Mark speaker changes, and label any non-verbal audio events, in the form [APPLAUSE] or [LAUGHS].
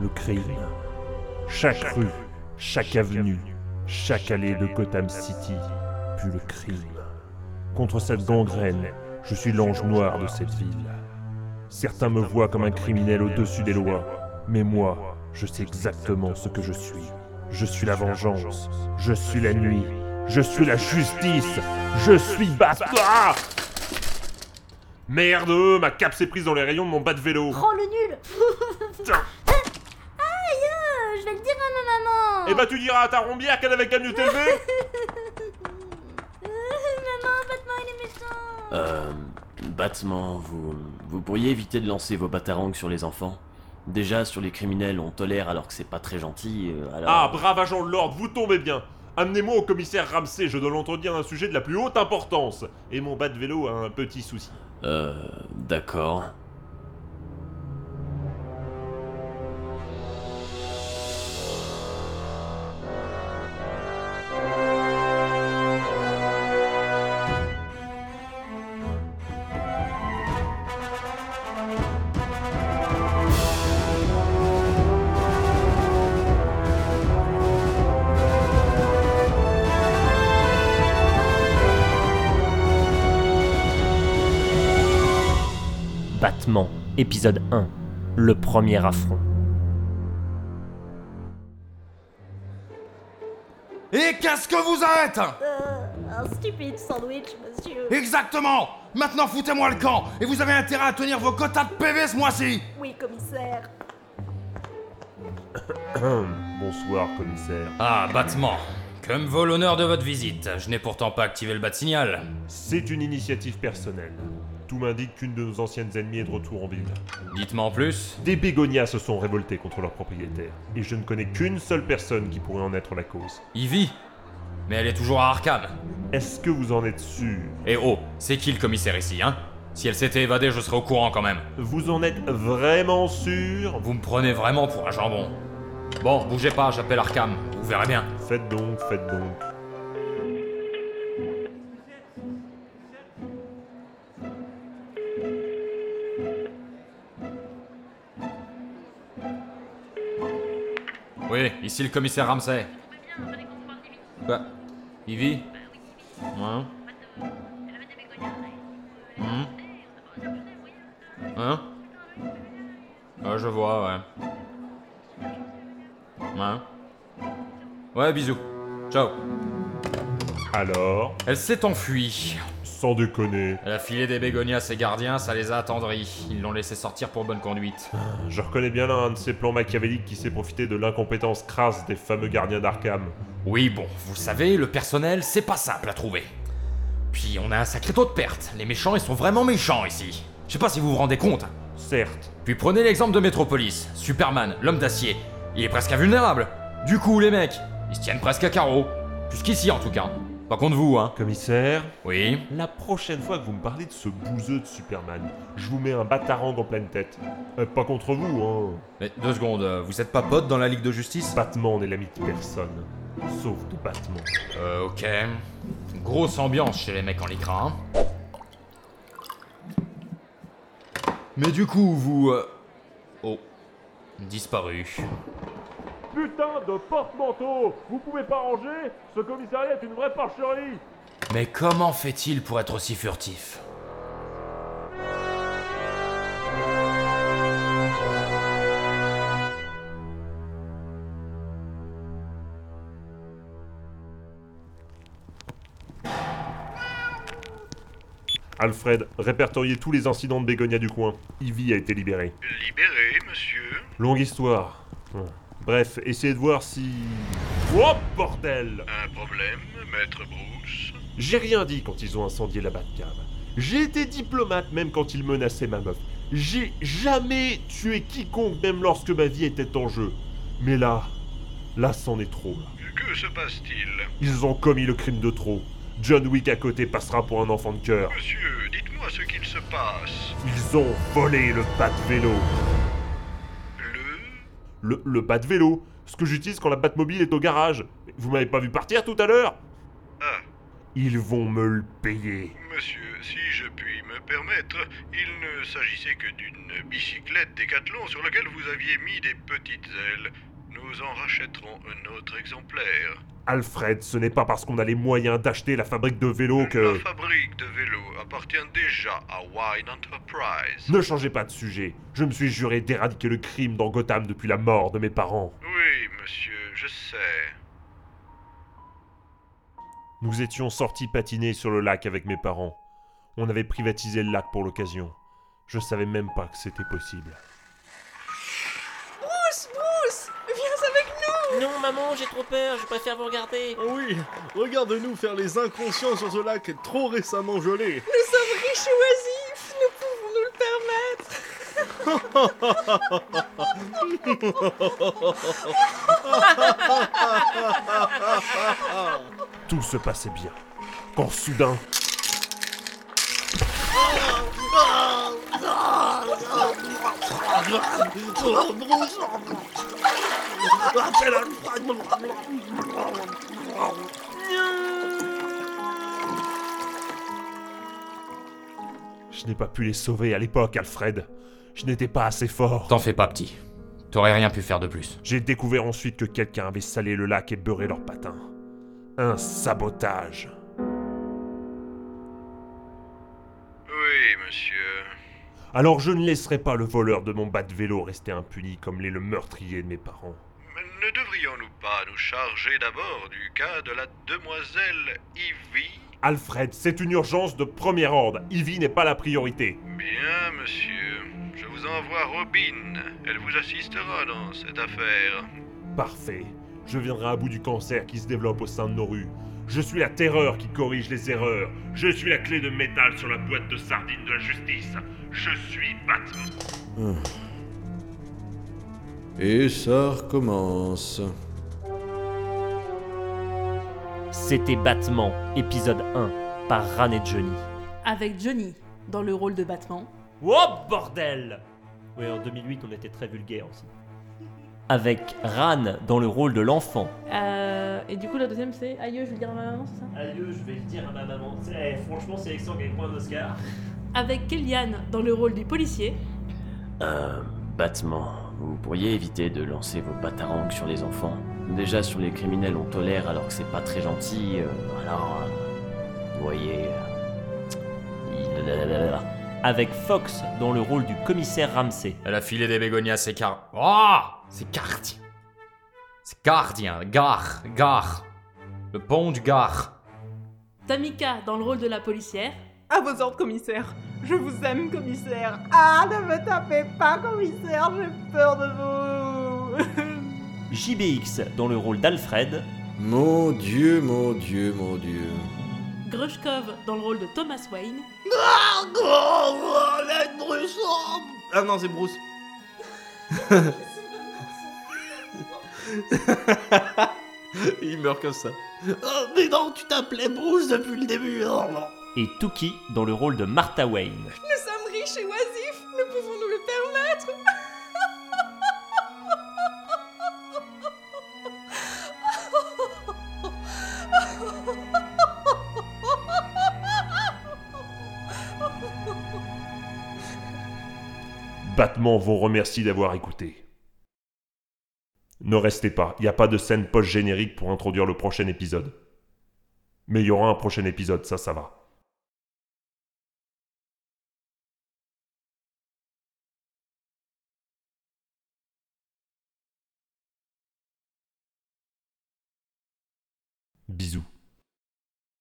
Speaker 1: le crime. Chaque rue, chaque avenue, chaque allée de Gotham City pue le crime. Contre cette gangrène, je suis l'ange noir de cette ville. Certains me voient comme un criminel au-dessus des lois, mais moi, je sais exactement ce que je suis. Je suis la vengeance, je suis la nuit, je suis la justice, je suis Basta Merde, ma cape s'est prise dans les rayons de mon bas de vélo.
Speaker 2: Prends le nul
Speaker 1: Tiens.
Speaker 2: [LAUGHS] Aïe euh, Je vais le dire à ma maman
Speaker 1: Eh bah tu diras à ta rombière qu'elle avait gagné le TV
Speaker 2: Euh, Maman, Batman, il est méchant
Speaker 3: Euh. Battement, vous. Vous pourriez éviter de lancer vos batarangs sur les enfants Déjà, sur les criminels, on tolère alors que c'est pas très gentil, euh, alors.
Speaker 1: Ah, brave agent de l'ordre, vous tombez bien Amenez-moi au commissaire Ramsey, je dois l'entretenir d'un sujet de la plus haute importance. Et mon bas de vélo a un petit souci.
Speaker 3: Euh. D'accord.
Speaker 4: Battement, épisode 1, le premier affront.
Speaker 5: Et qu'est-ce que vous êtes
Speaker 2: Euh, un stupide sandwich, monsieur.
Speaker 5: Exactement Maintenant foutez-moi le camp Et vous avez intérêt à tenir vos quotas de PV ce mois-ci
Speaker 2: Oui, commissaire.
Speaker 1: [CLEARS THROAT] Bonsoir, commissaire.
Speaker 6: Ah, battement. Que me vaut l'honneur de votre visite Je n'ai pourtant pas activé le bat signal.
Speaker 1: C'est une initiative personnelle. Tout m'indique qu'une de nos anciennes ennemies est de retour en ville.
Speaker 6: Dites-moi en plus.
Speaker 1: Des bégonias se sont révoltés contre leur propriétaire, et je ne connais qu'une seule personne qui pourrait en être la cause.
Speaker 6: Ivy Mais elle est toujours à Arkham.
Speaker 1: Est-ce que vous en êtes sûr
Speaker 6: Et oh, c'est qui le commissaire ici, hein Si elle s'était évadée, je serais au courant quand même.
Speaker 1: Vous en êtes vraiment sûr
Speaker 6: Vous me prenez vraiment pour un jambon. Bon, bougez pas, j'appelle Arkham. Vous verrez bien.
Speaker 1: Faites donc, faites donc.
Speaker 6: Oui, ici le commissaire Ramsey. Quoi Ivy Ouais. Hmm Hein Ouais, je vois, ouais. Ouais. Ouais, bisous. Ciao.
Speaker 1: Alors
Speaker 6: Elle s'est enfuie.
Speaker 1: Sans déconner,
Speaker 6: Elle a filé des bégonias à ses gardiens, ça les a attendris. Ils l'ont laissé sortir pour bonne conduite.
Speaker 1: je reconnais bien là un de ces plans machiavéliques qui s'est profité de l'incompétence crasse des fameux gardiens d'Arkham.
Speaker 6: Oui, bon, vous savez, le personnel, c'est pas simple à trouver. Puis on a un sacré taux de perte. Les méchants, ils sont vraiment méchants ici. Je sais pas si vous vous rendez compte. hein.
Speaker 1: Certes,
Speaker 6: Puis prenez l'exemple de Metropolis. Superman, l'homme d'acier. Il est presque invulnérable. Du coup, les mecs, ils se tiennent presque à carreau. Jusqu'ici, en tout cas. Pas contre vous, hein.
Speaker 1: commissaire,
Speaker 6: Oui.
Speaker 1: la prochaine fois que vous me parlez de ce bouseux de Superman, je vous mets un batarang en pleine tête. Euh, pas contre vous, hein.
Speaker 6: Mais deux secondes, euh, vous êtes pas pote dans la Ligue de Justice
Speaker 1: Batman n'est l'ami de personne, sauf de Batman.
Speaker 6: Euh, ok. Grosse ambiance chez les mecs en lycra, hein. Mais du coup, vous... euh, Oh. Disparu.
Speaker 1: Putain de porte-manteau Vous pouvez pas ranger Ce commissariat est une vraie porcherie
Speaker 6: Mais comment fait-il pour être aussi furtif
Speaker 1: Alfred, répertoriez tous les incidents de bégonia du coin. Ivy a été libérée.
Speaker 7: Libéré, monsieur.
Speaker 1: Longue histoire. Ouais. Bref, essayez de voir si... Oh bordel
Speaker 7: Un problème, maître Bruce
Speaker 1: J'ai rien dit quand ils ont incendié la Batcave. J'ai été diplomate même quand ils menaçaient ma meuf. J'ai jamais tué quiconque même lorsque ma vie était en jeu. Mais là, là c'en est trop. là.
Speaker 7: Que se passe-t-il
Speaker 1: Ils ont commis le crime de trop. John Wick à côté passera pour un enfant de cœur.
Speaker 7: Monsieur, dites-moi ce qu'il se passe.
Speaker 1: Ils ont volé le bas de vélo.
Speaker 7: Le...
Speaker 1: Le, le bas de vélo Ce que j'utilise quand la Batmobile est au garage. Mais Vous m'avez pas vu partir tout à l'heure
Speaker 7: Ah,
Speaker 1: Ils vont me le payer.
Speaker 7: monsieur, si je puis me me permettre, il ne s'agissait que d'une bicyclette décathlon sur laquelle vous aviez mis des petites ailes. Nous en rachèterons un autre exemplaire.
Speaker 1: Alfred, ce n'est pas parce qu'on a les moyens d'acheter la fabrique de vélos que...
Speaker 7: La fabrique de vélos appartient déjà à Wine Enterprise.
Speaker 1: Ne changez pas de sujet. Je me suis juré d'éradiquer le crime dans Gotham depuis la mort de mes parents.
Speaker 7: Oui, monsieur, je sais.
Speaker 1: Nous étions sortis patiner sur le lac avec mes parents. On avait privatisé le lac pour l'occasion. Je savais même pas que c'était possible.
Speaker 8: Bruce, Bruce, viens avec nous
Speaker 4: Non, maman, j'ai trop peur, je préfère vous regarder.
Speaker 9: Oh oui, regarde-nous faire les inconscients sur ce lac trop récemment gelé.
Speaker 8: Nous sommes riches et oisifs, nous pouvons nous le permettre
Speaker 1: Tout se passait bien. Quand soudain,
Speaker 9: Oh, Bruce Appelle Alfred
Speaker 1: je n'ai pas pu les sauver à l'époque, Alfred. Je n'étais pas assez fort.
Speaker 6: T'en fais pas, petit. T'aurais rien pu faire de plus.
Speaker 1: J'ai découvert ensuite que quelqu'un avait salé le lac et beurré leur patin. Un sabotage.
Speaker 7: Oui, monsieur.
Speaker 1: Alors je ne laisserai pas le voleur de mon bas de vélo rester impuni comme l'est le meurtrier de mes parents.
Speaker 7: Mais Ne devrions-nous pas nous charger d'abord du cas de la demoiselle Ivy
Speaker 1: Alfred, c'est une urgence de premier ordre. Ivy n'est pas la priorité.
Speaker 7: Bien, monsieur. Je vous envoie Robin. Elle vous assistera dans cette affaire.
Speaker 1: Parfait. Je viendrai à bout du cancer qui se développe au sein de nos rues. Je suis la terreur qui corrige les erreurs. Je suis la clé de métal sur la boîte de sardines de la justice. Je suis Batman.
Speaker 10: Et ça recommence.
Speaker 4: C'était Batman, épisode 1, par Ran et Johnny.
Speaker 8: Avec Johnny, dans le rôle de Batman.
Speaker 4: Oh bordel Oui, en 2008, on était très vulgaire aussi. Avec Ran dans le rôle de l'enfant.
Speaker 8: Euh, et du coup, la deuxième, c'est Aïe, je vais dire à ma maman, c'est ça
Speaker 4: Adieu, je vais le dire à ma maman. franchement, c'est Alexandre qui a point d'Oscar.
Speaker 8: Avec Kellyanne, dans le rôle du policier.
Speaker 3: Euh, battement, vous pourriez éviter de lancer vos batarangs sur les enfants. Déjà sur les criminels, on tolère alors que c'est pas très gentil. euh, alors, euh, vous voyez. euh, il-
Speaker 4: Avec Fox dans le rôle du commissaire Ramsey.
Speaker 6: Elle a filé des bégonias, c'est car... Oh C'est gardien. C'est gardien. Gare. Gare. Le pont du Gard.
Speaker 8: Tamika, dans le rôle de la policière.
Speaker 11: À vos ordres, commissaire. Je vous aime, commissaire. Ah, ne me tapez pas, commissaire, j'ai peur de vous.
Speaker 4: JBX dans le rôle d'Alfred.
Speaker 10: Mon Dieu, mon Dieu, mon Dieu.
Speaker 8: Grushkov, dans le rôle de Thomas Wayne.
Speaker 9: l'aide, Bruce Oh Ah non, c'est Bruce. [LAUGHS] Il meurt comme ça. Oh, mais non, tu t'appelais Bruce depuis le début. Oh, non.
Speaker 4: Et Tuki dans le rôle de Martha Wayne.
Speaker 8: Nous sommes riches et oisifs, nous pouvons nous le permettre
Speaker 1: Batman vous remercie d'avoir écouté. Ne restez pas, il n'y a pas de scène post-générique pour introduire le prochain épisode. Mais il y aura un prochain épisode, ça, ça va. Bisous.